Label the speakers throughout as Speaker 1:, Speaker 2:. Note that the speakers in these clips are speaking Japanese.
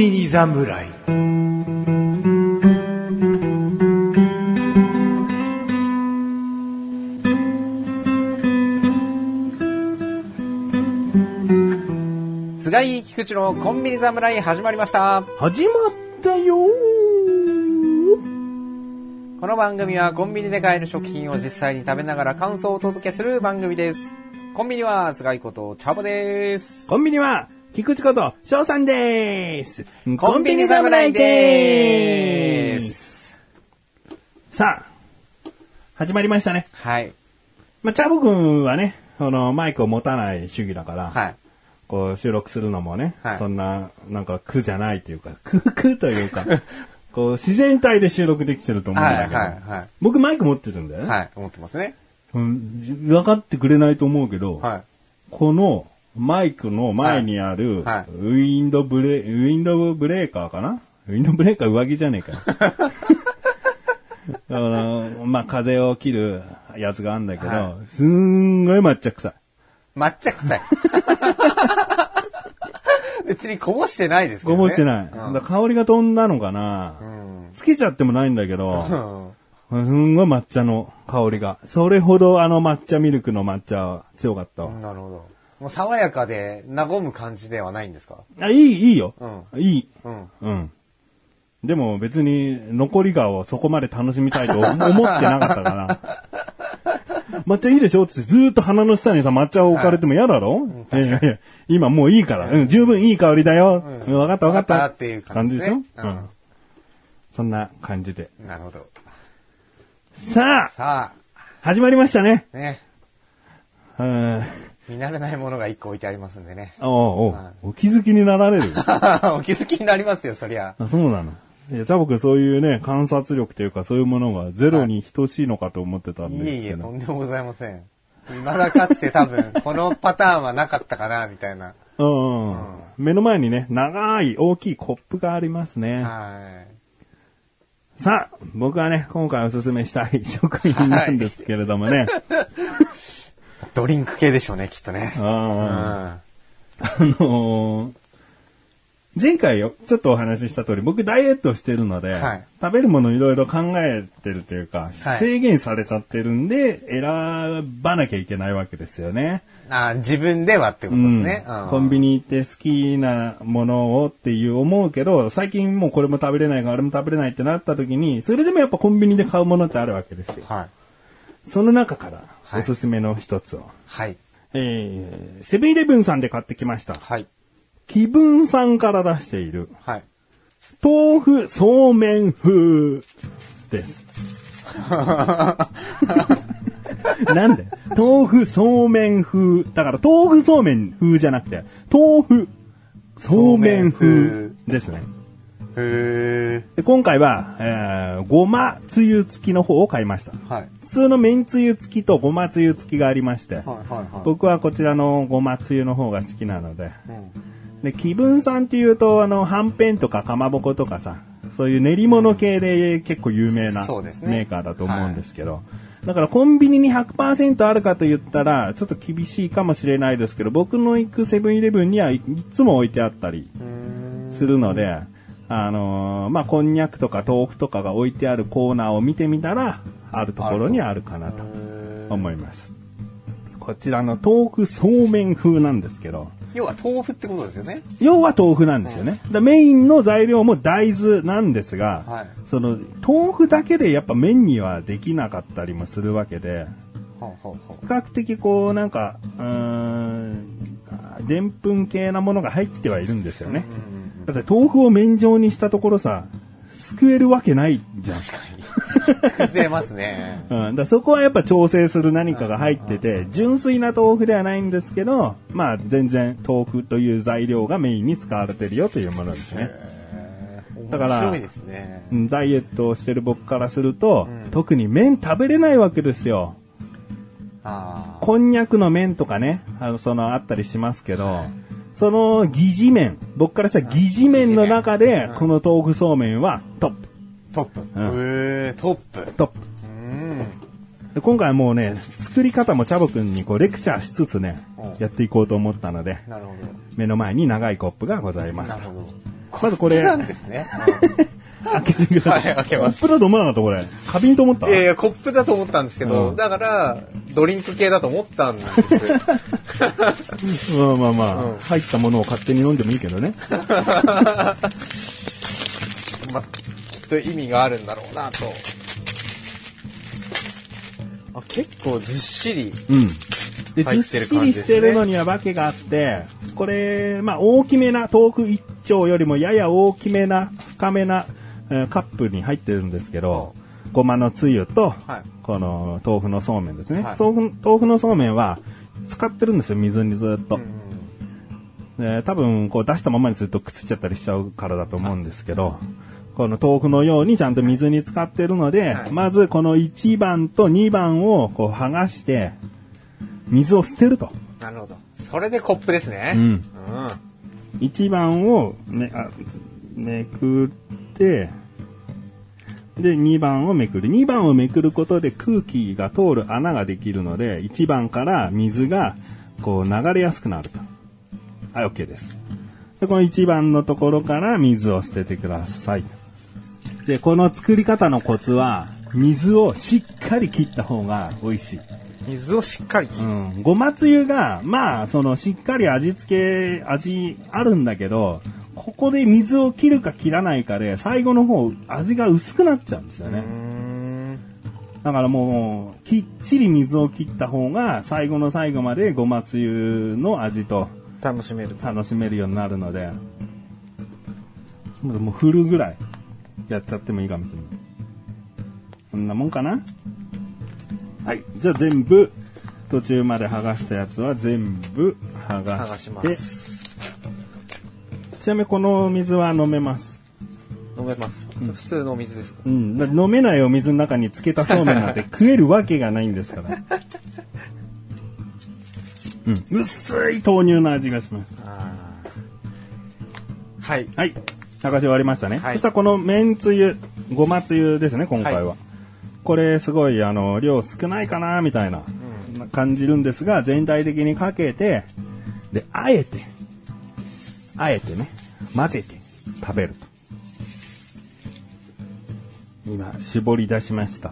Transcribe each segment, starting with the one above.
Speaker 1: 侍
Speaker 2: 菅井菊池のコンビニ侍始まりました。
Speaker 1: 始まったよー
Speaker 2: この番組はコンビニで買える食品を実際に食べながら感想をお届けする番組です。コンビニは菅井ことチャボです。
Speaker 1: コンビニは、菊池こと、翔さんでーす
Speaker 2: コンビニ侍でーす。
Speaker 1: さあ、始まりましたね。
Speaker 2: はい。
Speaker 1: まあ、チャボくんはね、その、マイクを持たない主義だから、
Speaker 2: はい。
Speaker 1: こう、収録するのもね、
Speaker 2: はい
Speaker 1: そんな、なんか苦じゃないというか、 苦苦という か、こう、自然体で収録できてると思うんだけど、
Speaker 2: はいはいはい
Speaker 1: 僕マイク持ってるんだよね。
Speaker 2: はい。思ってますね。
Speaker 1: うん、分かってくれないと思うけど、
Speaker 2: は
Speaker 1: このマイクの前にある、
Speaker 2: はいはい
Speaker 1: ウィンドブレ、ウィンドブレーカーかなウィンドブレーカー上着じゃねえか よ。だから、まあ、風を切るやつがあるんだけど、
Speaker 2: は
Speaker 1: すんごい抹茶臭い。
Speaker 2: い。抹茶臭い。 別にこぼしてないですけど
Speaker 1: こ
Speaker 2: ね。
Speaker 1: ぼしてない。だから香りが飛んだのかな、
Speaker 2: うん。
Speaker 1: つけちゃってもないんだけ
Speaker 2: う
Speaker 1: ど、
Speaker 2: ん。
Speaker 1: すんごい抹茶の香りが。それほどあの抹茶ミルクの抹茶は強かったわ。
Speaker 2: なるほど。もう爽やかで、和む感じではないんですか
Speaker 1: あ、いい、いいよ。いい。
Speaker 2: うん。
Speaker 1: うん。でも別に残り顔をそこまで楽しみたいと思思ってなかったか ら。抹茶いいでしょってずーっと鼻の下にさ、抹茶を置かれても嫌だろ、い、やいや今もういいから、うん、十分いい香りだよ。うん、分かった分かった。
Speaker 2: わかったっていう感じですね
Speaker 1: 感じでしょ、
Speaker 2: う
Speaker 1: うんん、そんな感じで。
Speaker 2: なるほど。
Speaker 1: さあ、
Speaker 2: さ
Speaker 1: 始まりましたね。
Speaker 2: あ、ね。
Speaker 1: うん。
Speaker 2: 見慣れないものが一個置いてありますんでね。
Speaker 1: おうおう、
Speaker 2: は
Speaker 1: お気づきになられる。
Speaker 2: お気づきになりますよ、そりゃ。
Speaker 1: あ、そうなの。いや、チャボくんそういうね、観察力というかそういうものがゼロに等しいのかと思ってたんです
Speaker 2: い
Speaker 1: けど。
Speaker 2: えいえ、とんでもございません。未だかつて多分、このパターンはなかったかな、みたいな。
Speaker 1: うん、目の前にね、長い大きいコップがありますね。
Speaker 2: は
Speaker 1: さあ、僕はね、今回おすすめしたい食品なんですけれども ね。
Speaker 2: い。ドリンク系でしょうね、きっとね。うん。
Speaker 1: あ
Speaker 2: は
Speaker 1: ーあのー前回よ、ちょっとお話しした通り、僕ダイエットしてるので、
Speaker 2: はい
Speaker 1: 食べるものいろいろ考えてるというか、
Speaker 2: はい
Speaker 1: 制限されちゃってるんで、選ばなきゃいけないわけですよね。
Speaker 2: あ自分ではってことですね。
Speaker 1: う
Speaker 2: うんん。
Speaker 1: コンビニ行って好きなものをっていう思うけど、最近もうこれも食べれないからあれも食べれないってなった時に、それでもやっぱコンビニで買うものってあるわけですよ。
Speaker 2: はい。
Speaker 1: その中から、
Speaker 2: はい
Speaker 1: おすすめの一つを。
Speaker 2: はい。
Speaker 1: えー、セブンイレブンさんで買ってきました。
Speaker 2: はい。
Speaker 1: 気分さんから出している、
Speaker 2: はい。
Speaker 1: 豆腐そうめん風 です。なんで豆腐そうめん風。だから豆腐そうめん風じゃなくて、豆腐そうめん風ですね。
Speaker 2: へ
Speaker 1: で今回は、えー、ごまつゆ付きの方を買いました。
Speaker 2: ー。はい。
Speaker 1: 普通のめんつゆ付きとごまつゆ付きがありまして、
Speaker 2: はい、はい、はい。
Speaker 1: 僕はこちらのごまつゆの方が好きなので、
Speaker 2: うん。
Speaker 1: で、気分さんっていうと、あの、はんぺんとかかまぼことかさ、そういう練り物系で結構有名な
Speaker 2: そうですね
Speaker 1: メーカーだと思うんですけど、だからコンビニに100%あるかと言ったら、ちょっと厳しいかもしれないですけど、僕の行くセブンイレブンにはいいつも置いてあったりするので、あのーまあ、こんにゃくとか豆腐とかが置いてあるコーナーを見てみたら、あるところにあるかなと思います。こちらの豆腐そうめん風なんですけど、
Speaker 2: 要は豆腐ってことですよね。
Speaker 1: 要は豆腐なんですよね。だメインの材料も大豆なんですが、
Speaker 2: はい
Speaker 1: その豆腐だけでやっぱ麺にはできなかったりもするわけで、
Speaker 2: ほうほうほう
Speaker 1: 比較的こうなんか、うーん、でんぷん系なものが入ってはいるんですよね。だって豆腐を麺状にしたところさ、すくえるわけないじゃん。
Speaker 2: 確かに。崩れますね。
Speaker 1: うん、だそこはやっぱ調整する何かが入ってて、純粋な豆腐ではないんですけど、まあ全然豆腐という材料がメインに使われてるよというものですね。だから
Speaker 2: 面白いですね。
Speaker 1: うんダイエットをしてる僕からすると、特に麺食べれないわけですよ。
Speaker 2: あ
Speaker 1: こんにゃくの麺とかね、あの、その、あったりしますけど、その疑似麺、僕からしたら疑似麺の中で、この豆腐そうめんはトップ、
Speaker 2: ートップ。へートップ。
Speaker 1: トップ。で今回はもうね、作り方もチャボくんにこうレクチャーしつつね
Speaker 2: うん、
Speaker 1: やっていこうと思ったので、
Speaker 2: なるほど。
Speaker 1: 目の前に長いコップがございま
Speaker 2: な
Speaker 1: し
Speaker 2: る
Speaker 1: た。
Speaker 2: ほど。
Speaker 1: まずこ れ、
Speaker 2: なんですね。
Speaker 1: 開けてくださ。
Speaker 2: はいい開けます
Speaker 1: コップだと思わなかった、これ。花瓶と思った
Speaker 2: いやいや、コップだと思ったんですけど、
Speaker 1: うん
Speaker 2: だから、ドリンク系だと思ったん です。
Speaker 1: まあまあまあ、
Speaker 2: うん
Speaker 1: 入ったものを勝手に飲んでもいいけどね。
Speaker 2: まあ、きっと意味があるんだろうなと。あ結構ずっしり。
Speaker 1: うん。で、
Speaker 2: 入
Speaker 1: ずっ
Speaker 2: ってる
Speaker 1: し
Speaker 2: 感
Speaker 1: り
Speaker 2: じですね
Speaker 1: してるのには訳があって、これ、まあ大きめな、遠く一丁よりもやや大きめな、深めな、えーカップに入ってるんですけど、ごまのつゆと、
Speaker 2: はい
Speaker 1: この豆腐のそうめんですね、
Speaker 2: はい
Speaker 1: そう豆腐のそうめんは使ってるんですよ、水にずっと。
Speaker 2: うん
Speaker 1: えー多分こう出したままにするとくっついちゃったりしちゃうからだと思うんですけど、この豆腐のようにちゃんと水に浸かってるので、
Speaker 2: はい
Speaker 1: まずこの1番と2番をこう剥がして、水を捨てると。
Speaker 2: なるほど。それでコップですね。
Speaker 1: うん
Speaker 2: うん
Speaker 1: 1番をめあめくって、で、2番をめくる。2番をめくることで空気が通る穴ができるので、1番から水がこう流れやすくなると。はい、OK です。で、この1番のところから水を捨ててください。で、この作り方のコツは、水をしっかり切った方が美味しい。
Speaker 2: 水をしっかり切
Speaker 1: う
Speaker 2: る。
Speaker 1: ん、ごまつゆが、まあ、その、しっかり味付け、味あるんだけど、ここで水を切るか切らないかで、最後の方、味が薄くなっちゃうんですよ
Speaker 2: うー
Speaker 1: ね。
Speaker 2: ん。
Speaker 1: だからもう、きっちり水を切った方が、最後の最後までごまつゆの味と
Speaker 2: 楽しめると。
Speaker 1: 楽しめるようになるので、もう振るぐらい、やっちゃってもいいかもしれない。こんなもんかなはい。じゃあ全部、途中まで剥がしたやつは全部剥が
Speaker 2: 剥が
Speaker 1: し。
Speaker 2: してます。
Speaker 1: ちなみにこのお水は飲めます。
Speaker 2: 飲めます。普通のお水ですか
Speaker 1: うん。だ飲めないお水の中につけたそうめんなんて食えるわけがないんですから。うん。薄い豆乳の味がします。
Speaker 2: あーはい。
Speaker 1: はい。剥がし終わりましたね。
Speaker 2: はい
Speaker 1: そしたらこの麺つゆ、ごまつゆですね、今回は。
Speaker 2: は
Speaker 1: これすごい、あの、量少ないかな、みたいな感じるんですが、全体的にかけて、で、あえて、あえてね、混ぜて食べると。今、絞り出しました。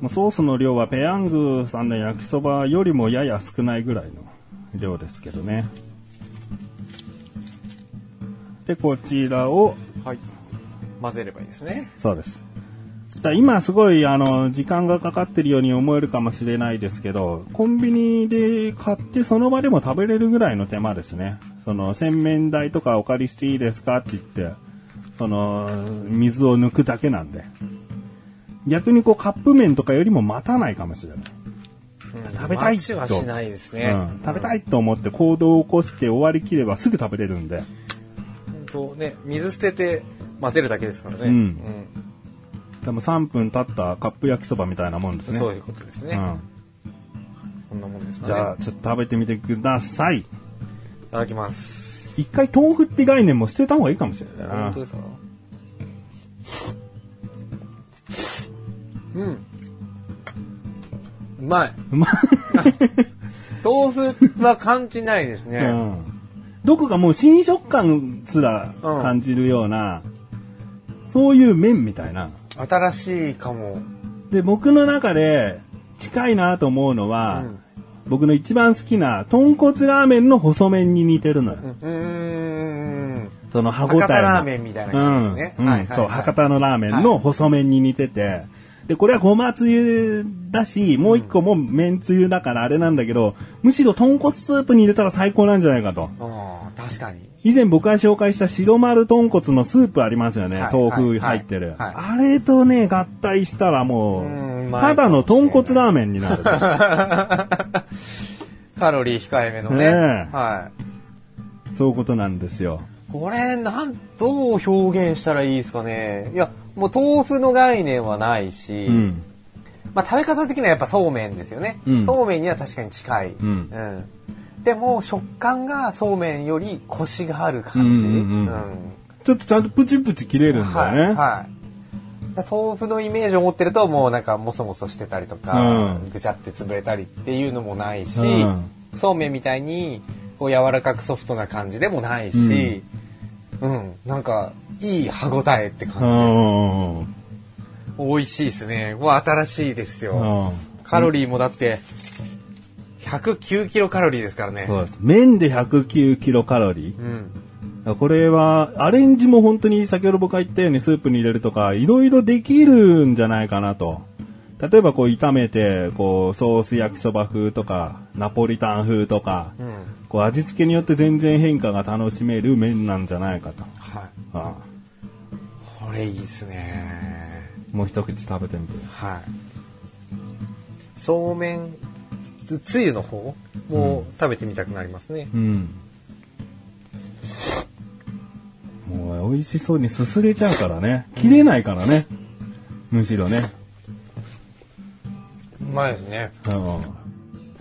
Speaker 1: もうソースの量はペヤングさんの焼きそばよりもやや少ないぐらいの量ですけどね。で、こちらを、
Speaker 2: はい。混ぜればいいですね。
Speaker 1: そうです。だから今すごい、あの、時間がかかってるように思えるかもしれないですけど、コンビニで買ってその場でも食べれるぐらいの手間ですね。その、洗面台とかお借りしていいですかって言って、その、水を抜くだけなんで。逆にこう、カップ麺とかよりも待たないかもしれない。食べたい
Speaker 2: 待ちはしないですね。
Speaker 1: うん、食べたいと思って行動を起こして終わりきればすぐ食べれるんで。
Speaker 2: 本当ね、水捨てて混ぜるだけですからね。
Speaker 1: うんでも3分経ったカップ焼きそばみたいなもんです
Speaker 2: うん
Speaker 1: ね。
Speaker 2: そういうことですね。
Speaker 1: うん
Speaker 2: こんなもんですか
Speaker 1: じ
Speaker 2: ね。
Speaker 1: ゃあ、ちょっと食べてみてください。
Speaker 2: いただきます。
Speaker 1: 一回豆腐って概念も捨てた方がいいかもしれない
Speaker 2: 本
Speaker 1: な
Speaker 2: 当。ですかうん。うまい。
Speaker 1: うまい。
Speaker 2: 豆腐は感じないです
Speaker 1: う
Speaker 2: ね。
Speaker 1: ん。どこかもう新食感すら
Speaker 2: うん
Speaker 1: 感じるような、そういう麺みたいな。
Speaker 2: 新しいかも。
Speaker 1: で、僕の中で近いなと思うのは、
Speaker 2: うん
Speaker 1: 僕の一番好きな豚骨ラーメンの細麺に似てるのよ。
Speaker 2: うーん。
Speaker 1: その歯応えの
Speaker 2: 博多ラーメンみたいな感じですね
Speaker 1: うんうん
Speaker 2: はいはいはい
Speaker 1: そう、博多のラーメンの細麺に似てて、で、これはごまつゆだし、もう一個も麺つゆだからあれなんだけど、むしろ豚骨スープに入れたら最高なんじゃないかと。
Speaker 2: ああ、確かに。
Speaker 1: 以前僕が紹介した白丸豚骨のスープありますよね。
Speaker 2: はい
Speaker 1: 豆腐入ってる、
Speaker 2: はいは
Speaker 1: あれとね、合体したらも
Speaker 2: うんう
Speaker 1: う、
Speaker 2: まい
Speaker 1: ただの豚骨ラーメンになる。
Speaker 2: カロリー控えめのね。
Speaker 1: ねえ
Speaker 2: はい。
Speaker 1: そういうことなんですよ。
Speaker 2: これ、なん、どう表現したらいいですかね。いや、もう豆腐の概念はないし、
Speaker 1: うん。
Speaker 2: まあ食べ方的にはやっぱそうめんですよね。
Speaker 1: うん
Speaker 2: そうめんには確かに近い。
Speaker 1: ん
Speaker 2: うんでも、食感がそうめんよりコシがある感じ。
Speaker 1: うんうんうんちょっとちゃんとプチプチ切れるんだ
Speaker 2: は
Speaker 1: よ
Speaker 2: い。
Speaker 1: ね。
Speaker 2: はい。だから豆腐のイメージを持ってると、もうなんか、もそもそしてたりとか、
Speaker 1: うん
Speaker 2: ぐちゃって潰れたりっていうのもないし、
Speaker 1: うん
Speaker 2: そうめんみたいに、こう、柔らかくソフトな感じでもないし、うん。なんか、いい歯応えって
Speaker 1: う
Speaker 2: 感
Speaker 1: ん。うん。
Speaker 2: じです。美味しいですね。もう新しいですよ。カロリーもだって、109キロカロリーですからね。
Speaker 1: そうです。麺で109キロカロリ
Speaker 2: うん。
Speaker 1: ー。これは、アレンジも本当に先ほど僕が言ったようにスープに入れるとか、いろいろできるんじゃないかなと。例えばこう炒めて、こうソース焼きそば風とか、ナポリタン風とか、
Speaker 2: うん。
Speaker 1: こう味付けによって全然変化が楽しめる麺なんじゃないかと。
Speaker 2: はい。
Speaker 1: ああ
Speaker 2: これいいですね。
Speaker 1: もう一口食べてみて。
Speaker 2: はい。そうめん、つつゆの方も食べてみたくなりますね。
Speaker 1: うん。もう美味しそうにすすれちゃうからね。切れないからね。むしろね。
Speaker 2: うまいですね。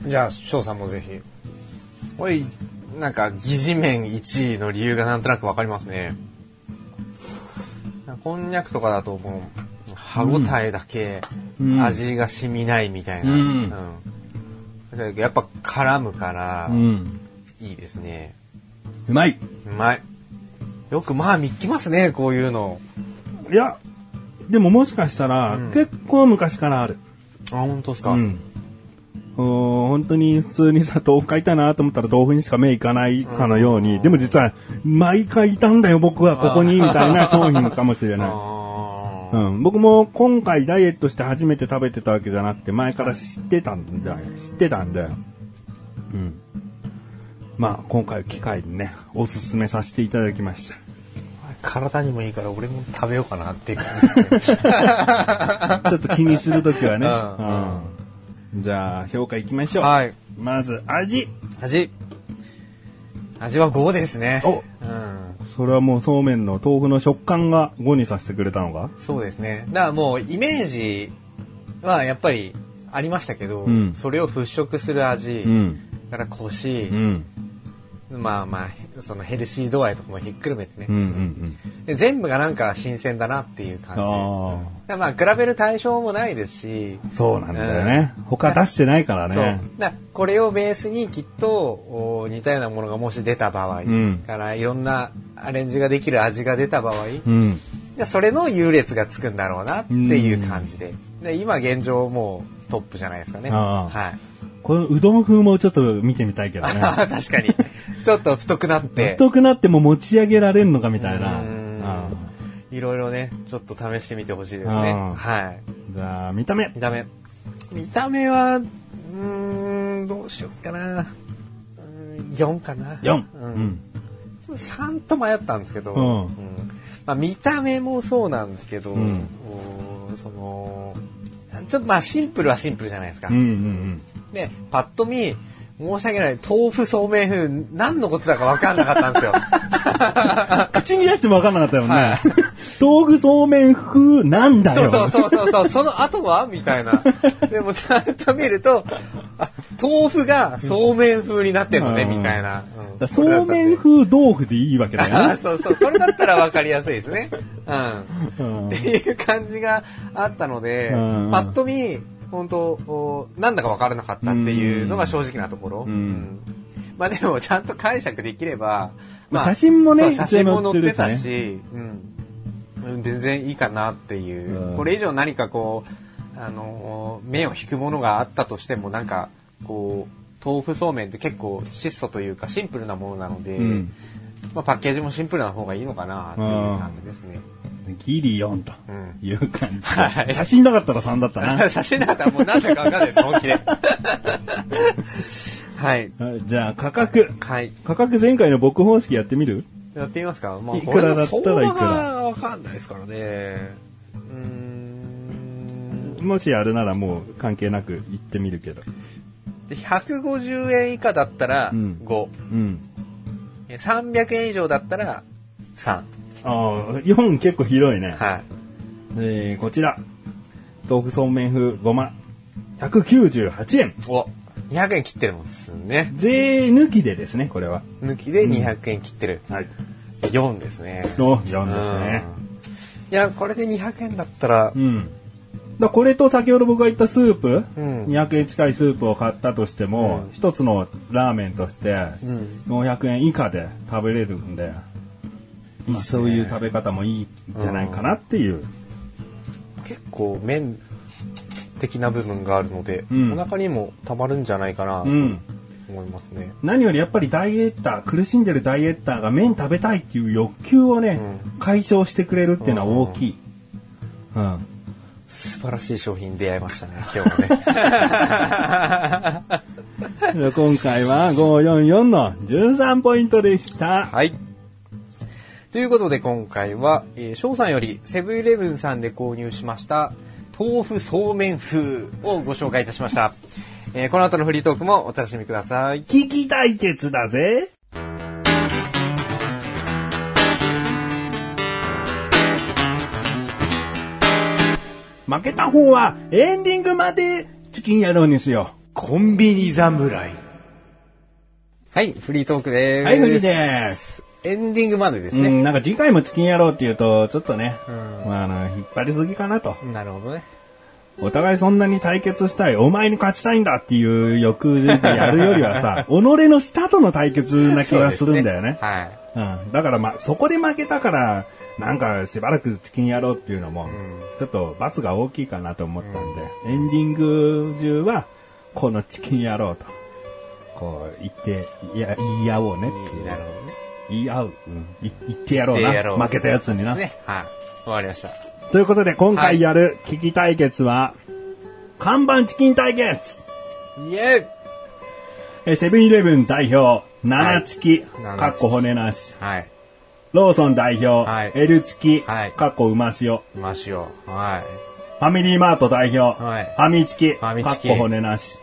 Speaker 1: うん。
Speaker 2: じゃあ、翔さんもぜひ。これ、なんか、疑似麺1位の理由がなんとなくわかりますね。こんにゃくとかだと、この、歯ごたえだけ
Speaker 1: うん
Speaker 2: 味が染みないみたいな。
Speaker 1: うん
Speaker 2: うんだけどやっぱ絡むから
Speaker 1: う、ん。
Speaker 2: いいですね。
Speaker 1: うまいう
Speaker 2: まい。よくまあ見っきますね、こういうの。
Speaker 1: いや、でももしかしたら、
Speaker 2: うん
Speaker 1: 結構昔からある。
Speaker 2: あ、本当です
Speaker 1: う
Speaker 2: か。
Speaker 1: ん。お本当に普通にさ、豆腐買いたいなと思ったら豆腐にしか目いかないかのように、でも実は、毎回いたんだよ僕はここに、みたいな商品かもしれない。
Speaker 2: あ
Speaker 1: う
Speaker 2: ー
Speaker 1: ん、僕も今回ダイエットして初めて食べてたわけじゃなくて前から知ってたんだよ知ってたんだよ、うん、まあ今回機会にねおすすめさせていただきました
Speaker 2: 体にもいいから俺も食べようかなっていう感 じですね。
Speaker 1: ちょっと気にするときはね、
Speaker 2: う
Speaker 1: うんじゃあ評価いきましょう、
Speaker 2: はい。
Speaker 1: まず味
Speaker 2: 味。味は5ですね。
Speaker 1: お
Speaker 2: うん。
Speaker 1: それはもうそうめんの豆腐の食感が5にさせてくれたのか
Speaker 2: そうですね。だからもうイメージはやっぱりありましたけど、
Speaker 1: うん
Speaker 2: それを払拭する味、
Speaker 1: うん
Speaker 2: だからコシ
Speaker 1: う、ん
Speaker 2: まあまあ、そのヘルシー度合いとかもひっくるめてね。
Speaker 1: うんうんうん
Speaker 2: で全部がなんか新鮮だなっていう感じ。
Speaker 1: あ
Speaker 2: だからまあ比べる対象もないですし、
Speaker 1: あそうなんだよね、他出してないからね
Speaker 2: そうだからこれをベースにきっとお似たようなものがもし出た場
Speaker 1: う
Speaker 2: 合、
Speaker 1: ん
Speaker 2: からいろんなアレンジができる味が出た場合、
Speaker 1: うん
Speaker 2: でそれの優劣がつくんだろうなっていう感じで,、で今現状もうトップじゃないですかね
Speaker 1: ああ
Speaker 2: はい
Speaker 1: このうどん風もちょっと見てみたいけど ね
Speaker 2: 確かにちょっと太くなって
Speaker 1: 太くなっても持ち上げられるのかみたいな。
Speaker 2: うん
Speaker 1: うん
Speaker 2: いろいろねちょっと試してみてほしいですね
Speaker 1: ああ
Speaker 2: はい
Speaker 1: じゃあ、見た目。
Speaker 2: 見た目見た目はうーんどうしようかな4かな
Speaker 1: 4。
Speaker 2: う
Speaker 1: うんん。
Speaker 2: 3と迷ったんですけど、
Speaker 1: うん
Speaker 2: まあ、見た目もそうなんですけど、
Speaker 1: うん
Speaker 2: おーそのちょっとまあシンプルはシンプルじゃないですか、
Speaker 1: うんうんうん。
Speaker 2: でパッと見申し訳ない豆腐そうめん風何のことだか分かんなかったんですよ
Speaker 1: 口に出しても分かんなかったよね。 豆腐そうめん風なん だ
Speaker 2: そう
Speaker 1: よ。
Speaker 2: そうそうそうそうその後はみたいなでもちゃんと見るとあ豆腐がそうめん風になってんのね、
Speaker 1: うん
Speaker 2: みたいな、
Speaker 1: だか
Speaker 2: ん
Speaker 1: らそうめん風豆腐でいいわけだよ
Speaker 2: あ
Speaker 1: ね。
Speaker 2: そうそう、それだったら分かりやすいですね。
Speaker 1: う
Speaker 2: うんん。っていう感じがあったので、
Speaker 1: うん
Speaker 2: パッと見、本当おなんだか分からなかったっていうのが正直なところ。
Speaker 1: うん
Speaker 2: まあでも、ちゃんと解釈できれば、
Speaker 1: まあ写真もね
Speaker 2: そう写真も載って
Speaker 1: 一応
Speaker 2: た
Speaker 1: 載っ
Speaker 2: し、うんうん。全然いいかなっていう。
Speaker 1: うん
Speaker 2: これ以上何かこう、あのー目を引くものがあったとしても、なんか、こう、豆腐そうめんって結構質素というかシンプルなものなので、
Speaker 1: うん
Speaker 2: まあ、パッケージもシンプルな方がいいのかなっていう感じですね。
Speaker 1: ギリ4と
Speaker 2: うん
Speaker 1: いう感じ。
Speaker 2: はい
Speaker 1: 写真なかったら3だった な。
Speaker 2: 写真だったらもう何だか分かんないです、本気で。 はい。
Speaker 1: はいじゃあ、価格。
Speaker 2: はい。
Speaker 1: 価格前回の僕方式やってみる
Speaker 2: やってみますか、まあ、
Speaker 1: いくらだったらいくら
Speaker 2: これの相場が分かんないですからね。うーん。
Speaker 1: もしあれならもう関係なく言ってみるけど。
Speaker 2: で150円以下だったら
Speaker 1: うんう
Speaker 2: 5。
Speaker 1: ん。
Speaker 2: え300円以上だったら3。
Speaker 1: ああ、4結構広いね。
Speaker 2: はい。
Speaker 1: えー、こちら。豆腐そうめん風ごま。198円。
Speaker 2: お、200円切ってるもんですね。
Speaker 1: 税抜きでですね、これは。
Speaker 2: 抜きで200円切ってる。
Speaker 1: はい。
Speaker 2: 4ですね。
Speaker 1: の4ですね。
Speaker 2: うんいや、これで200円だったら
Speaker 1: う、ん。だこれと先ほど僕が言ったスープ、
Speaker 2: うん
Speaker 1: 200円近いスープを買ったとしても、一つのラーメンとして
Speaker 2: うん
Speaker 1: 400円以下で食べれるんで、
Speaker 2: ります
Speaker 1: そ
Speaker 2: ね
Speaker 1: ういう食べ方もいいんじゃないかなっていう。
Speaker 2: 結構麺的な部分があるので、
Speaker 1: うん
Speaker 2: お腹にもたまるんじゃないかなと
Speaker 1: うん
Speaker 2: 思いますね、
Speaker 1: 何よりやっぱりダイエッター、苦しんでるダイエッターが麺食べたいっていう欲求をね、解消してくれるっていうのは大きい。うん。
Speaker 2: 素晴らしい商品に出会いましたね今日はね
Speaker 1: じゃあ今回は544の13ポイントでした。
Speaker 2: はいということで今回は翔、えー、翔さんよりセブンイレブンさんで購入しました豆腐そうめん風をご紹介いたしました、えーこの後のフリートークもお楽しみください
Speaker 1: 危機対決だぜ。負けた方はエンディングまでチキン野郎にしよ
Speaker 2: コンビニ侍。はい、フリートークでーす。
Speaker 1: はいフリーでー
Speaker 2: す。エンディングまでです
Speaker 1: う。う
Speaker 2: ね。
Speaker 1: ん、なんか次回もチキン野郎っていうと、ちょっとね、まあ、あの、引っ張りすぎかなと。
Speaker 2: なるほどね。
Speaker 1: お互いそんなに対決したい、お前に勝ちたいんだっていう欲でやるよりは さ、己の舌との対決な気がするんだよね。
Speaker 2: はい。
Speaker 1: うん。だからま、そこで負けたから、なんかしばらくチキン野郎っていうのも、ちょっと罰が大きいかなと思ったんで、エンディング中は、このチキン野郎と、こう言って、いや、言い合おうねっていう。
Speaker 2: なるほどね。
Speaker 1: 言い合う。うん。い言ってやろう
Speaker 2: 言ってやろう
Speaker 1: な。負けたやつにな。
Speaker 2: ね。はい。終わかりました。
Speaker 1: ということで、今回やる危機対決は、看板チキン対決
Speaker 2: イエーイ
Speaker 1: えーセブンイレブン代表、7チキ、
Speaker 2: 七チキ
Speaker 1: かっこ骨なし。
Speaker 2: はい。
Speaker 1: ローソン代表、
Speaker 2: はい
Speaker 1: L チキ、
Speaker 2: はい
Speaker 1: かっこうま塩。
Speaker 2: いましょう。は
Speaker 1: ファミリーマート代表、
Speaker 2: はい
Speaker 1: ファミチキ、
Speaker 2: ァミ
Speaker 1: か
Speaker 2: チ
Speaker 1: っ
Speaker 2: キ
Speaker 1: こ骨なし。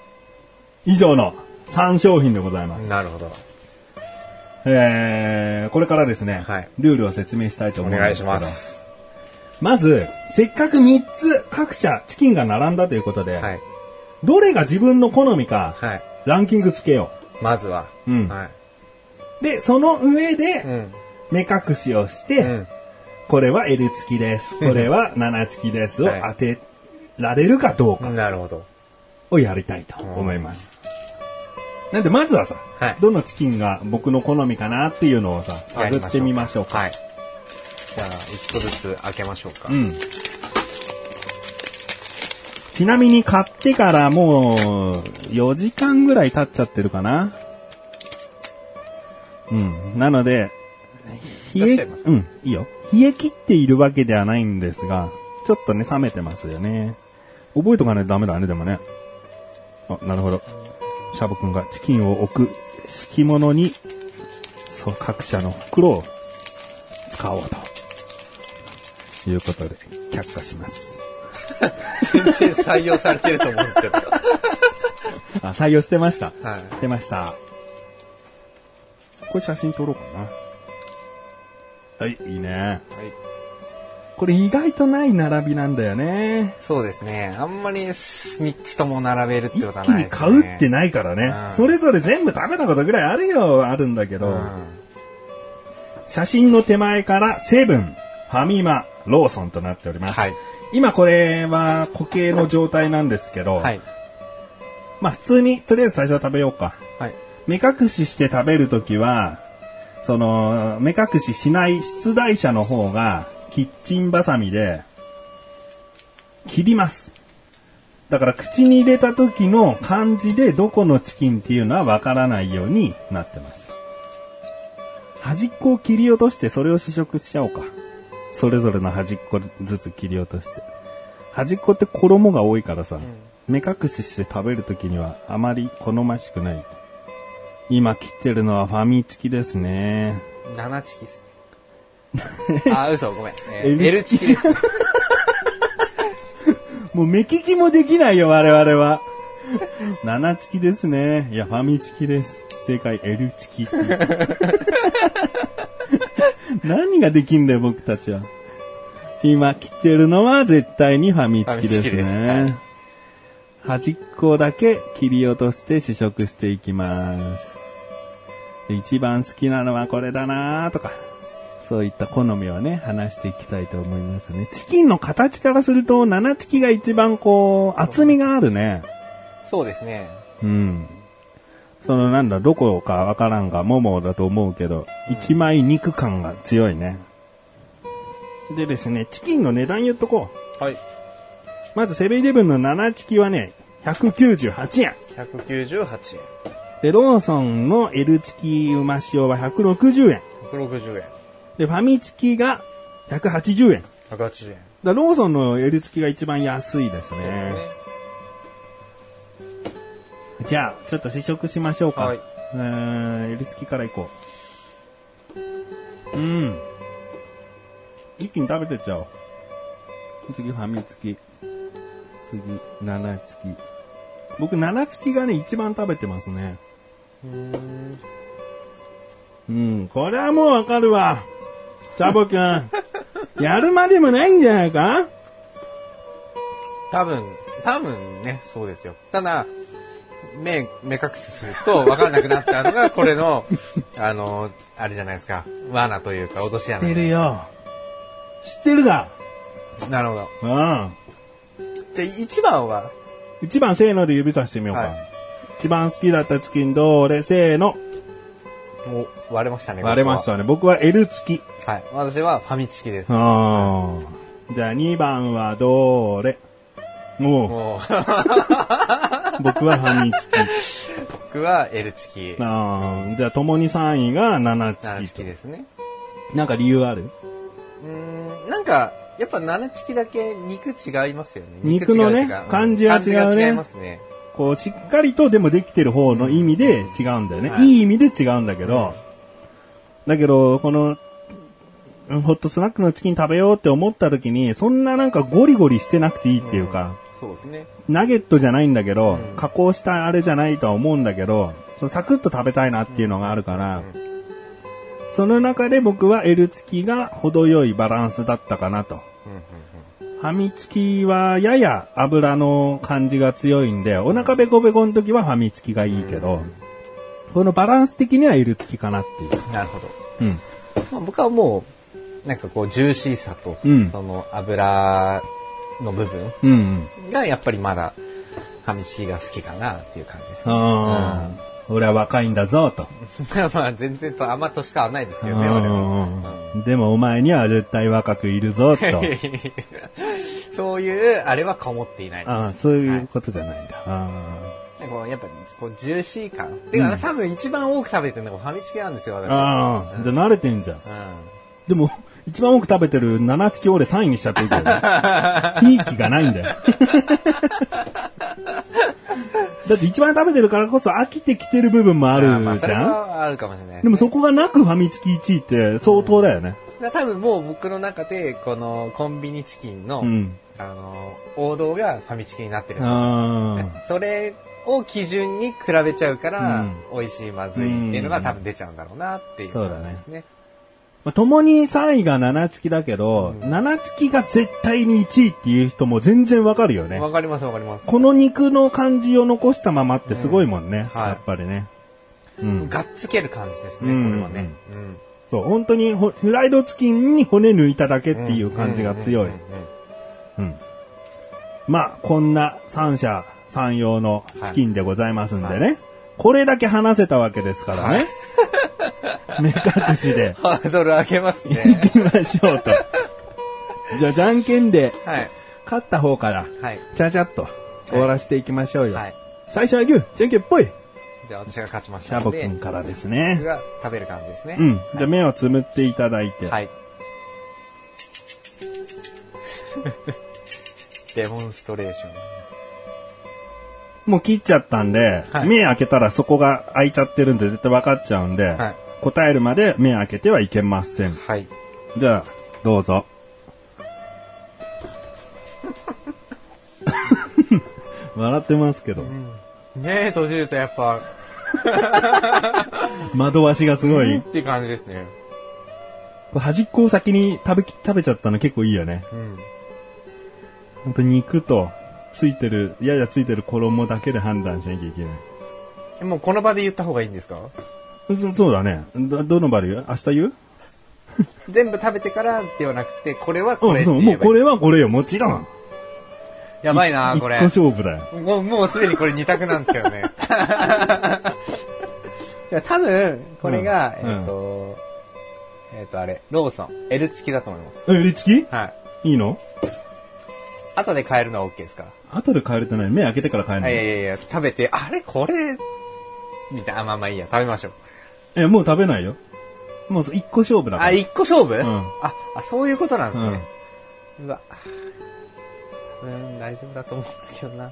Speaker 1: 以上の3商品でございます。
Speaker 2: い。なるほど。
Speaker 1: えー、これからですね、
Speaker 2: はい
Speaker 1: ルールを説明したいと
Speaker 2: お
Speaker 1: 思います。
Speaker 2: 願いしま。す。
Speaker 1: まず、せっかく3つ各社チキンが並んだということで、
Speaker 2: はい。
Speaker 1: どれが自分の好みか、
Speaker 2: はい。
Speaker 1: ランキングつけよ
Speaker 2: まずは。
Speaker 1: うん
Speaker 2: はい。
Speaker 1: う。で、その上で
Speaker 2: う、ん。
Speaker 1: 目隠しをして、
Speaker 2: うん。
Speaker 1: これは L 付きです。これは7付きです。を
Speaker 2: はい
Speaker 1: 当てられるかどうか
Speaker 2: なるほど。
Speaker 1: をやりたいと思います。なんで、まずはさ、
Speaker 2: はい
Speaker 1: どのチキンが僕の好みかなっていうのをさ、
Speaker 2: や
Speaker 1: 探ってみましょうか。
Speaker 2: はい。じゃあ、一個ずつ開けましょうか。
Speaker 1: うん。ちなみに買ってからもう4時間ぐらい経っちゃってるかな。うん。なので、冷
Speaker 2: 出しちゃ
Speaker 1: え
Speaker 2: います、
Speaker 1: うん、いいよ。冷え切っているわけではないんですが、ちょっとね、冷めてますよね。覚えとかないとダメだね、でもね。あ、なるほど。シャボくんがチキンを置く敷物に、そう、各社の袋を使おうと。いうことで、却下します。
Speaker 2: 全然採用されてると思うんですけど。
Speaker 1: あ、採用してました。
Speaker 2: はい
Speaker 1: してました。これ写真撮ろうかな。はい、いいね。
Speaker 2: はい。
Speaker 1: これ意外とない並びなんだよね。
Speaker 2: そうですね。あんまり3つとも並べるって
Speaker 1: 一
Speaker 2: ことは
Speaker 1: 気
Speaker 2: ない
Speaker 1: に
Speaker 2: ですね。
Speaker 1: 買うってないからね
Speaker 2: うん。
Speaker 1: それぞれ全部食べたことぐらいあるよ、あるんだけ
Speaker 2: う
Speaker 1: ど。
Speaker 2: ん。
Speaker 1: 写真の手前からセブン、ファミマ、ローソンとなっております。
Speaker 2: はい
Speaker 1: 今これは固形の状態なんですけど、
Speaker 2: はい。
Speaker 1: まあ普通にとりあえず最初は食べようか。
Speaker 2: はい。
Speaker 1: 目隠しして食べるときは、その、目隠ししない出題者の方が、キッチンバサミで、切ります。だから口に入れた時の感じでどこのチキンっていうのはわからないようになってます。端っこを切り落としてそれを試食しちゃおうか。それぞれの端っこずつ切り落として。端っこって衣が多いからさ、目隠しして食べる時にはあまり好ましくない。今切ってるのはファミチキですね。
Speaker 2: 7チキっ すね。あ、嘘、ごめん。えー
Speaker 1: L
Speaker 2: L チキです。
Speaker 1: もう目利きもできないよ、我々は。7チキですね。いや、ファミチキです。正解、L チキ。 何ができんだよ、僕たちは。今切ってるのは絶対にファミチキで
Speaker 2: ファミチキ
Speaker 1: す
Speaker 2: ですは
Speaker 1: ね
Speaker 2: い。
Speaker 1: 端っこだけ切り落として試食していきます。で一番好きなのはこれだなとか、そういった好みをね、話していきたいと思いますね。チキンの形からすると、7チキが一番こう、厚みがあるね。
Speaker 2: そうですね。
Speaker 1: うん。そのなんだ、どこかわからんが、ももだと思うけど、一枚肉感が強いね。でですね、チキンの値段言っとこう。
Speaker 2: はい。
Speaker 1: まずセブンイレブンの7チキはね、198円。
Speaker 2: 198円。
Speaker 1: で、ローソンの L チキうま塩は160円。
Speaker 2: 160円。
Speaker 1: で、ファミチキが180円。
Speaker 2: 180円。
Speaker 1: だローソンの L 付きが一番安いですね。じゃあ、ちょっと試食しましょうか。
Speaker 2: はいう
Speaker 1: ーん、L 付きからいこう。うん。一気に食べてっちゃおう。次、ファミ付き。次、7付き。僕、7付きがね、一番食べてますね。うん、これはもうわかるわ。チャボくん。やるまでもないんじゃないか
Speaker 2: 多分、多分ね、そうですよ。ただ、目、目隠しすると分かんなくなった のが、これの、あの、あれじゃないですか。罠というか、脅し
Speaker 1: 知
Speaker 2: 穴
Speaker 1: ってる
Speaker 2: で。
Speaker 1: よ。知ってるだ。
Speaker 2: なるほど。
Speaker 1: うん。
Speaker 2: じゃあ、一番は、
Speaker 1: 一番せーので指さしてみようか。
Speaker 2: はい
Speaker 1: 一番好きだったチキンどれせーの。
Speaker 2: お、割れましたね。
Speaker 1: 割れまし
Speaker 2: こ
Speaker 1: たね。僕は L 付き。
Speaker 2: こは。はい。私はファミチキです。
Speaker 1: あーじゃあ2番はどれも
Speaker 2: もう、
Speaker 1: う、僕はファミチキ。
Speaker 2: 僕は L チキ、
Speaker 1: あーじゃあ共に3位が7
Speaker 2: 7
Speaker 1: チ
Speaker 2: チキですね。
Speaker 1: キ。なんか理由ある
Speaker 2: うーん、なんか、やっぱ7チキだけ肉違いますよね。
Speaker 1: 肉のね
Speaker 2: 違うっていうか
Speaker 1: 感じは違うね
Speaker 2: 感じが違いますね。
Speaker 1: こう、しっかりとでもできてる方の意味で違うんだよね。、
Speaker 2: はいい
Speaker 1: い意味で違うんだけど、だけど、この、うんホットスナックのチキン食べようって思った時に、そんななんかゴリゴリしてなくていいっていうか、
Speaker 2: そうですね。
Speaker 1: ナゲットじゃないんだけど、
Speaker 2: うん
Speaker 1: 加工したあれじゃないとは思うんだけど、そのサクッと食べたいなっていうのがあるから、その中で僕は L 付きが程よいバランスだったかなと。
Speaker 2: うんうん
Speaker 1: ファミチキはやや油の感じが強いんで、お腹ベコベコの時はファミチキがいいけど、このバランス的には L 付きかなっていう。
Speaker 2: うんなるほど。
Speaker 1: うん。
Speaker 2: まあ、僕はもうなんかこうジューシーさと、
Speaker 1: うん
Speaker 2: その油の部分
Speaker 1: うん、うん。
Speaker 2: がやっぱりまだファミチキが好きかなっていう感じですね。
Speaker 1: あ
Speaker 2: うん
Speaker 1: あ、俺は若いんだぞ、と。
Speaker 2: まあ全然とあんま年変わんないですけどね、俺は。
Speaker 1: うんでもお前には絶対若くいるぞ、と。
Speaker 2: そういうあれはこもっていない
Speaker 1: ああ、
Speaker 2: です。
Speaker 1: そういうことじゃないんだ。あ
Speaker 2: なんかこうやっぱこうジューシー感。てか、多分一番多く食べてるのがファミチキなんですよ、
Speaker 1: あ
Speaker 2: 私。
Speaker 1: ああ、じゃあ慣れてんじゃん。
Speaker 2: うん
Speaker 1: でも、一番多く食べてる7月俺3位にしちゃってるけど ね。いい気がないんだよ。だって一番食べてるからこそ飽きてきてる部分もある
Speaker 2: あまあ
Speaker 1: じ
Speaker 2: それ
Speaker 1: ゃん、
Speaker 2: はあるかもしれない
Speaker 1: で。もそこがなくファミチキ1位って相当だよね。
Speaker 2: だから多分もう僕の中でこのコンビニチキンの、
Speaker 1: うん
Speaker 2: あの王道がファミチキになってるんですよ
Speaker 1: あ
Speaker 2: それを基準に比べちゃうから、美味しいまずいっていうのが多分出ちゃうんだろうなっていう
Speaker 1: そうだね
Speaker 2: 感じですね。
Speaker 1: あ。共に3位が7月だけど、7月が絶対に1位っていう人も全然わかるよね
Speaker 2: わ、。かりますわかります。
Speaker 1: この肉の感じを残したままってすごいもんね。
Speaker 2: うんはい
Speaker 1: やっぱりね。うん。
Speaker 2: がっつける感じですね、
Speaker 1: うん
Speaker 2: これはね。うん
Speaker 1: そう、本当にほフライドチキンに骨抜いただけっていう感じが強い
Speaker 2: うん。うんうんうん
Speaker 1: うん。まあ、こんな三者三様のチキンでございますんでね。これだけ話せたわけですから ね。目隠しで
Speaker 2: ハードル上げます
Speaker 1: 行
Speaker 2: ね。
Speaker 1: きましょう と。じゃあ、じゃんけんで
Speaker 2: はい。
Speaker 1: 勝った方から、
Speaker 2: はい。
Speaker 1: ちゃちゃっと終わらせていきましょうよ。
Speaker 2: はい。
Speaker 1: 最初はグー、じゃんけんぽい。
Speaker 2: じゃあ私が勝ちまし
Speaker 1: シャ
Speaker 2: た
Speaker 1: ボ
Speaker 2: の
Speaker 1: く
Speaker 2: で
Speaker 1: ん、からです
Speaker 2: 僕
Speaker 1: ね。
Speaker 2: が食べる感じですね。
Speaker 1: うん。じゃあ、目をつむっていただいて。
Speaker 2: はい。 デモンストレーション。
Speaker 1: もう切っちゃったんで、
Speaker 2: はい
Speaker 1: 目開けたらそこが開いちゃってるんで絶対分かっちゃうんで、
Speaker 2: はい
Speaker 1: 答えるまで目開けてはいけません。
Speaker 2: はい。
Speaker 1: じゃあ、どうぞ。 笑ってますけど、
Speaker 2: ねえ、閉じるとやっぱ、
Speaker 1: 窓わしがすご
Speaker 2: うん
Speaker 1: い
Speaker 2: っ。て感じですね。
Speaker 1: 端っこを先に食べき、食べちゃったの結構いいよね。
Speaker 2: うん。
Speaker 1: ほんと肉と、ついてる、ややついてる衣だけで判断しなきゃいけない。
Speaker 2: えもうこの場で言った方がいいんですか
Speaker 1: そそうだね。ど、どの場で言う明日言う
Speaker 2: 全部食べてからではなくて、これはこ
Speaker 1: うん、
Speaker 2: れって
Speaker 1: そう、も
Speaker 2: 言え
Speaker 1: う
Speaker 2: ばい
Speaker 1: こ
Speaker 2: い。
Speaker 1: れはこれよ、もちろん。
Speaker 2: やばいな、これ
Speaker 1: 一。個勝負だよ。
Speaker 2: もう、もうすでにこれ二択なんですけど ね。いや多分、これが、
Speaker 1: うん
Speaker 2: えっと、えっ、と、あれ、ローソン、L チキだと思います。
Speaker 1: え、リチキ
Speaker 2: はい。
Speaker 1: いいの
Speaker 2: 後で買えるのは OK ですから。
Speaker 1: 後で帰れてない。目開けてから帰るの。
Speaker 2: はい、いやいやいや、食べて、あれこれ、みたいな、あまあまあいいや、食べましょう。
Speaker 1: え、もう食べないよ。もう一個勝負だか
Speaker 2: あ、
Speaker 1: ら。
Speaker 2: 一個勝負、
Speaker 1: ん
Speaker 2: あ、あ、そういうことなんですね。うわ。多分大丈夫だと思うんだけ どな。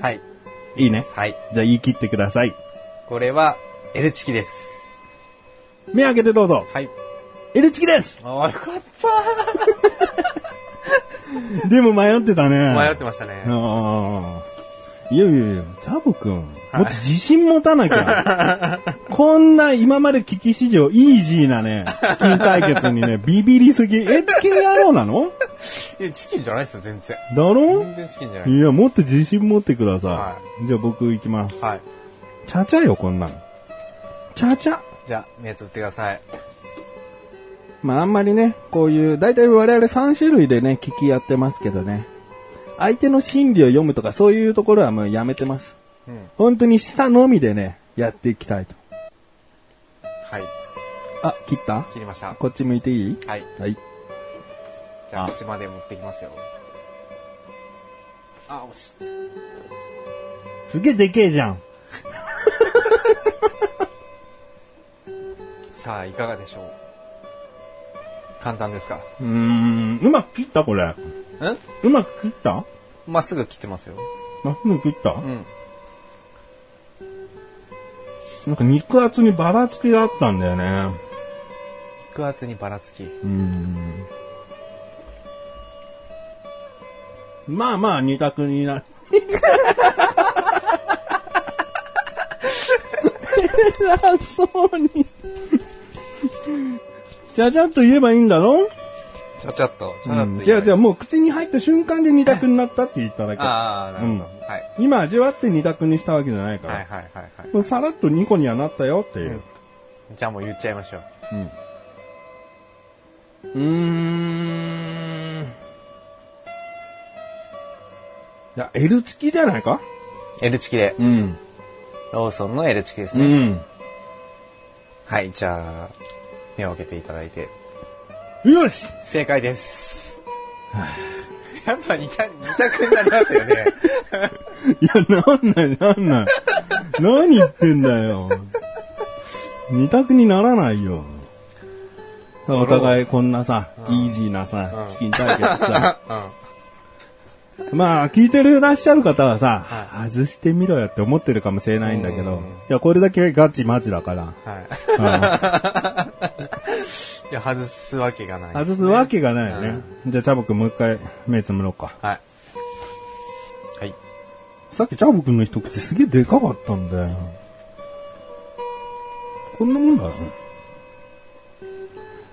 Speaker 2: はい、
Speaker 1: いいね。
Speaker 2: はい。
Speaker 1: じゃあ言い切ってください。
Speaker 2: これは、L チキです。
Speaker 1: 目開けてどうぞ。
Speaker 2: はい。
Speaker 1: エルチキです
Speaker 2: あ、よかった
Speaker 1: でも迷ってたね。
Speaker 2: 迷っててましたね。
Speaker 1: ああ。いやいやいや、ザボ君、もっと自信持たなきゃ。 こんな今まで聞き史上イージーなね、チキン対決にね、ビビりすぎ。え、チキン野郎なの
Speaker 2: いや、チキンじゃないですよ、全然。
Speaker 1: だろ
Speaker 2: 全然チキンじゃない
Speaker 1: い
Speaker 2: で
Speaker 1: や、もっと自信持ってください。
Speaker 2: は
Speaker 1: じゃあ僕行きます。
Speaker 2: す。はい。
Speaker 1: ちゃちゃよ、こんなの。ちゃちゃ。
Speaker 2: じゃあ、目つぶってください。
Speaker 1: まああんまりね、こういう、だいたい我々3種類でね、聞きやってますけどね。相手の心理を読むとかそういうところはもうやめてます。
Speaker 2: うん。
Speaker 1: 本当に舌のみでね、やっていきたいと。
Speaker 2: はい。
Speaker 1: あ、切った
Speaker 2: 切りました。
Speaker 1: こっち向いていい
Speaker 2: はい。
Speaker 1: はい。
Speaker 2: じゃあ、口まで持ってきますよ。あ、惜しい。
Speaker 1: すげえでけえじゃん。
Speaker 2: さあ、いかがでしょう簡単ですか
Speaker 1: うーん、うまく切ったこれ。
Speaker 2: うん
Speaker 1: うまく切った
Speaker 2: まっすぐ切ってますよ。
Speaker 1: まっすぐ切った
Speaker 2: うん。
Speaker 1: なんか肉厚にばらつきがあったんだよね。
Speaker 2: 肉厚にばらつき。
Speaker 1: うーん。まあまあ二択にな、偉そうに。じゃじゃっと言えばいいんだろ
Speaker 2: ちょちょっと、ちょちょっと、
Speaker 1: じゃあじゃあもう口に入った瞬間で二択になったって言っただけ。
Speaker 2: ああ、なるほ
Speaker 1: う
Speaker 2: ど。はい。
Speaker 1: 今味わって二択にしたわけじゃないから。
Speaker 2: はいはいはいはい。
Speaker 1: もうさらっと2個にはなったよっていう。
Speaker 2: じゃあもう言っちゃいましょう。
Speaker 1: うん。うん。いや、L 付きじゃないか
Speaker 2: L チキで。
Speaker 1: うん。
Speaker 2: ローソンの L チキです
Speaker 1: う
Speaker 2: ね。
Speaker 1: ん。
Speaker 2: はい、じゃあ、目を開けていただいて。
Speaker 1: よし
Speaker 2: 正解です。やっぱ似た、似たくなりますよね。
Speaker 1: いや、なんない、なんない。何言ってんだよ。二択にならないよ。お互いこんなさ、イージーなさ、チキン対決さ。 まあ、聞いてるらっしゃる方はさ、外してみろよって思ってるかもしれないんだけど、いや、これだけガチマジだから。
Speaker 2: はい。 いや、外すわけがない。
Speaker 1: 外すわけがないよね。じゃあ、チャボくんもう一回目つむろうか。
Speaker 2: はい。はい。
Speaker 1: さっきチャボくんの一口すげえでかかったんだよ。こんなもんだろ。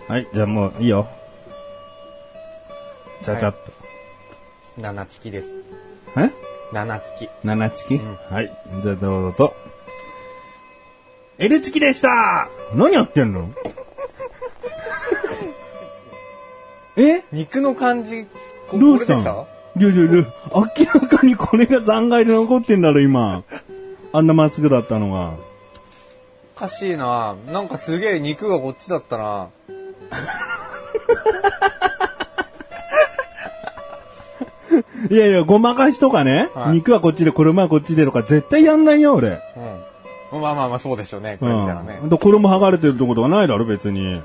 Speaker 1: はい、じゃあもういいよ。ちゃちゃっ
Speaker 2: 七チキです。
Speaker 1: と。え
Speaker 2: 七チキ。
Speaker 1: 七チキ、はい。じゃあどうぞ。L チキでした何やってん のえ
Speaker 2: 肉の感じ、こ
Speaker 1: どう
Speaker 2: こ
Speaker 1: し
Speaker 2: れ
Speaker 1: た
Speaker 2: で
Speaker 1: ん
Speaker 2: した
Speaker 1: いやいやいや、明らかにこれが残骸で残ってんだろ、今。あんなまっすぐだったのが。
Speaker 2: おかしいななんかすげえ肉がこっちだったな
Speaker 1: いやいや、ごまかしとかね、
Speaker 2: はい
Speaker 1: 肉はこっちで、衣はこっちでとか絶対やんないよ、俺。
Speaker 2: うん。まあまあまあ、そうでしょうね。こ
Speaker 1: う
Speaker 2: れ見たらね。
Speaker 1: ん。で衣剥がれてるってことはないだろ、別に。
Speaker 2: お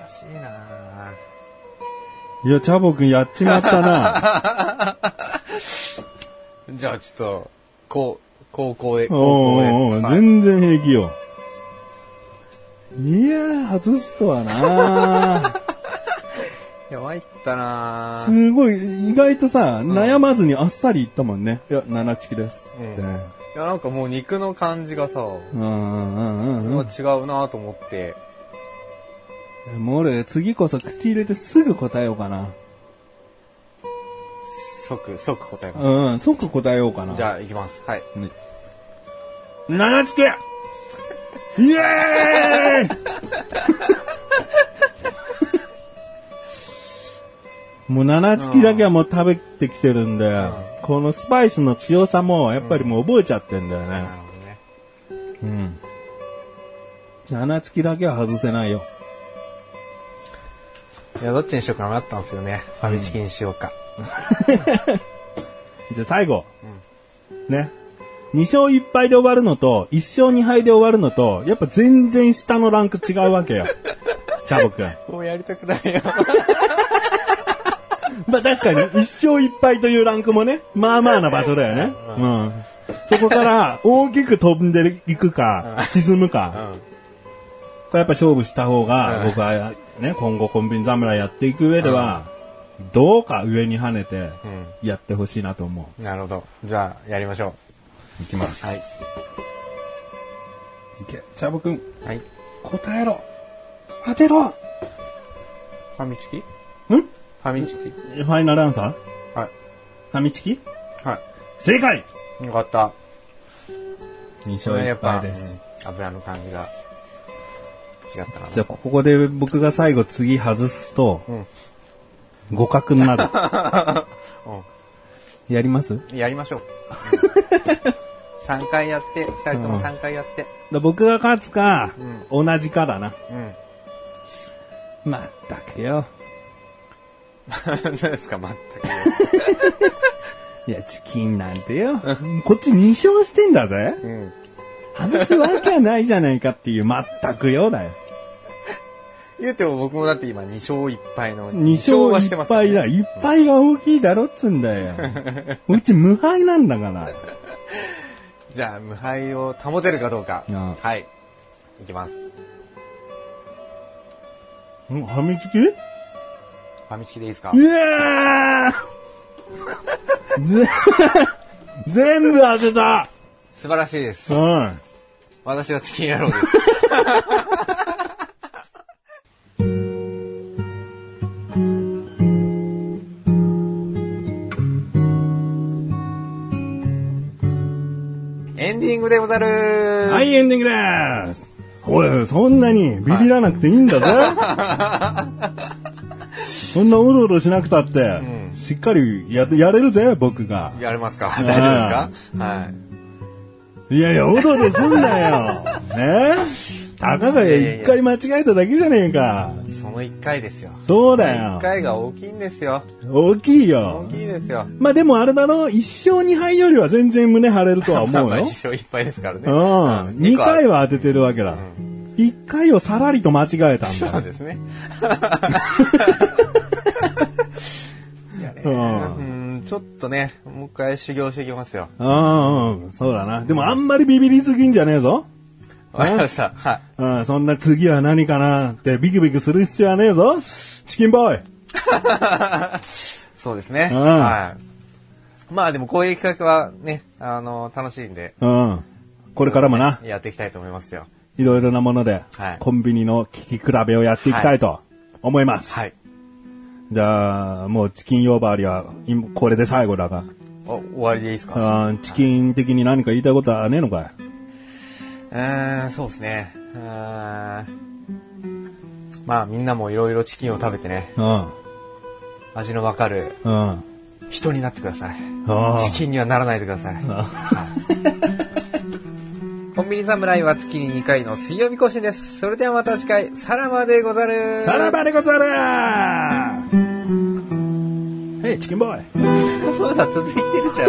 Speaker 2: かしいない
Speaker 1: や、チャボくんやっちまったな。
Speaker 2: じゃあちょっと、こう、高校で、
Speaker 1: お
Speaker 2: 高校
Speaker 1: う
Speaker 2: です。
Speaker 1: おうおう
Speaker 2: はい
Speaker 1: 全然平気よ。いやー、外すとはな
Speaker 2: いや、参ったな ぁ
Speaker 1: すごい、意外とさ、悩まずにあっさりいったもんね。いや、七チキです。
Speaker 2: うん
Speaker 1: ってね
Speaker 2: いや、なんかもう肉の感じがさ、
Speaker 1: うんうんうんうん
Speaker 2: まあ違うなぁと思って。
Speaker 1: もう俺、次こそ口入れてすぐ答えようかな。
Speaker 2: 即、即答えます。
Speaker 1: うん、即答えようかな。
Speaker 2: じゃあ、行きます。はい。
Speaker 1: あ、7つけイエ ーイもう7つきだけはもう食べてきてるんで、このスパイスの強さもやっぱりもう覚えちゃってんだよね
Speaker 2: な。るほどね。
Speaker 1: うん。 7付きだけは外せないよ。
Speaker 2: いや、どっちにしようか迷ったんですよね。ファミチキにしようか。
Speaker 1: じゃあ最後。ね。2勝1敗で終わるのと、1勝2敗で終わるのと、やっぱ全然下のランク違うわけよ。チャボくん。
Speaker 2: もうやりたくないよ。
Speaker 1: まあ確かに、1勝1敗というランクもね、まあまあな場所だよね。うん。そこから大きく飛んでいくか、沈むか。これやっぱ勝負した方が、僕はね、今後コンビニ侍やっていく上では、どうか上に跳ねて、やってほしいなと思
Speaker 2: なるほど。じゃあ、やりましょ
Speaker 1: う。いきます
Speaker 2: う。はい。
Speaker 1: いけ。チャボくん、
Speaker 2: はい。
Speaker 1: 答えろ。当てろ。ん
Speaker 2: ファミチキフ
Speaker 1: フ
Speaker 2: ァミチキ
Speaker 1: ァイナルアンサー
Speaker 2: はい。
Speaker 1: ファミチキ
Speaker 2: は
Speaker 1: 正解
Speaker 2: い。よかった。
Speaker 1: !2
Speaker 2: そ
Speaker 1: 勝
Speaker 2: れや
Speaker 1: 1
Speaker 2: っぱ、
Speaker 1: 敗
Speaker 2: う
Speaker 1: です。
Speaker 2: ん油の感じが違ったか
Speaker 1: じゃあ、ここで僕が最後次外すと、
Speaker 2: ん
Speaker 1: 互角になる。やります
Speaker 2: な。やりましょ う。3回やって、2人とも3回やって。
Speaker 1: だ僕が勝つか、同じかだな。
Speaker 2: うん。
Speaker 1: まったくよ。
Speaker 2: 何ですか、全く。
Speaker 1: いや、チキンなんてよ。こっち2勝してんだぜ。
Speaker 2: うん。
Speaker 1: 外すわけはないじゃないかっていう、まったくよだよ。
Speaker 2: 言うても僕もだって今2勝1敗の
Speaker 1: 2勝
Speaker 2: はして
Speaker 1: 1
Speaker 2: ますから
Speaker 1: 敗だ。
Speaker 2: ね。
Speaker 1: 1敗が大きいだろっつうんだ よ。うち無敗なんだから。
Speaker 2: じゃあ無敗を保てるかどうか。
Speaker 1: うん
Speaker 2: はい。いきます。
Speaker 1: んファミチキう
Speaker 2: ファミチキでいいですか
Speaker 1: わー ぜ全部当てた
Speaker 2: 素晴らしいです。
Speaker 1: うん。
Speaker 2: 私はチキン野郎です。 エンディングでござる
Speaker 1: は。い、エンディングでーす。おい、そんなにビビらなくていいんだぜ。そんなうろうろしなくたって、しっかりややれるぜ、僕が。
Speaker 2: やれますか大丈夫ですかはい。
Speaker 1: いやいや、うろうろすんなよ。ねたかが一回間違えただけじゃねえか。
Speaker 2: その1回ですよ。
Speaker 1: そうだ
Speaker 2: 1
Speaker 1: よ。
Speaker 2: 回が大きいんですよ。
Speaker 1: 大きい
Speaker 2: 大
Speaker 1: よ。
Speaker 2: きいですよ。
Speaker 1: まあでもあれだろ、一勝二敗よりは全然胸張れるとは思う
Speaker 2: まあ
Speaker 1: よ
Speaker 2: 一。生いっぱいですからね。
Speaker 1: うん。二回は当ててるわけだ。一回をさらりと間違えたんだ。
Speaker 2: そうですね。いやね、
Speaker 1: う
Speaker 2: うんん、ちょっとね、もう一回修行していきますよ。
Speaker 1: うんうん、そうだな。でもあんまりビビりすぎんじゃねえぞ。
Speaker 2: わかりました。はい。
Speaker 1: うん、そんな次は何かなってビクビクする必要はねえぞ。チキンボーイ。
Speaker 2: そうですね。
Speaker 1: うん
Speaker 2: はい。まあでもこういう企画はね、あの、楽しいんで、
Speaker 1: うん。これからもな、
Speaker 2: やっていきたいと思いますよ。
Speaker 1: いろいろなもので
Speaker 2: はい、
Speaker 1: コンビニの聞き比べをやっていきたいと思います。
Speaker 2: はい。
Speaker 1: じゃあ、もうチキン呼ばわりは、今これで最後だが。
Speaker 2: お、終わりでいいですか
Speaker 1: あーチキン的に何か言いたいことはねえのかい。
Speaker 2: うーん、そうですね。うーん。まあみんなもいろいろチキンを食べてね、
Speaker 1: うん。
Speaker 2: 味のわかる
Speaker 1: うん。
Speaker 2: 人になってください。
Speaker 1: あー
Speaker 2: チキンにはならないでください。はいコンビニ侍は月に2回の水曜日更新です。それではまた次回、さらばでござる。
Speaker 1: さらばでござるーへい、チキンボーイ。
Speaker 2: まだ続いてるじゃん。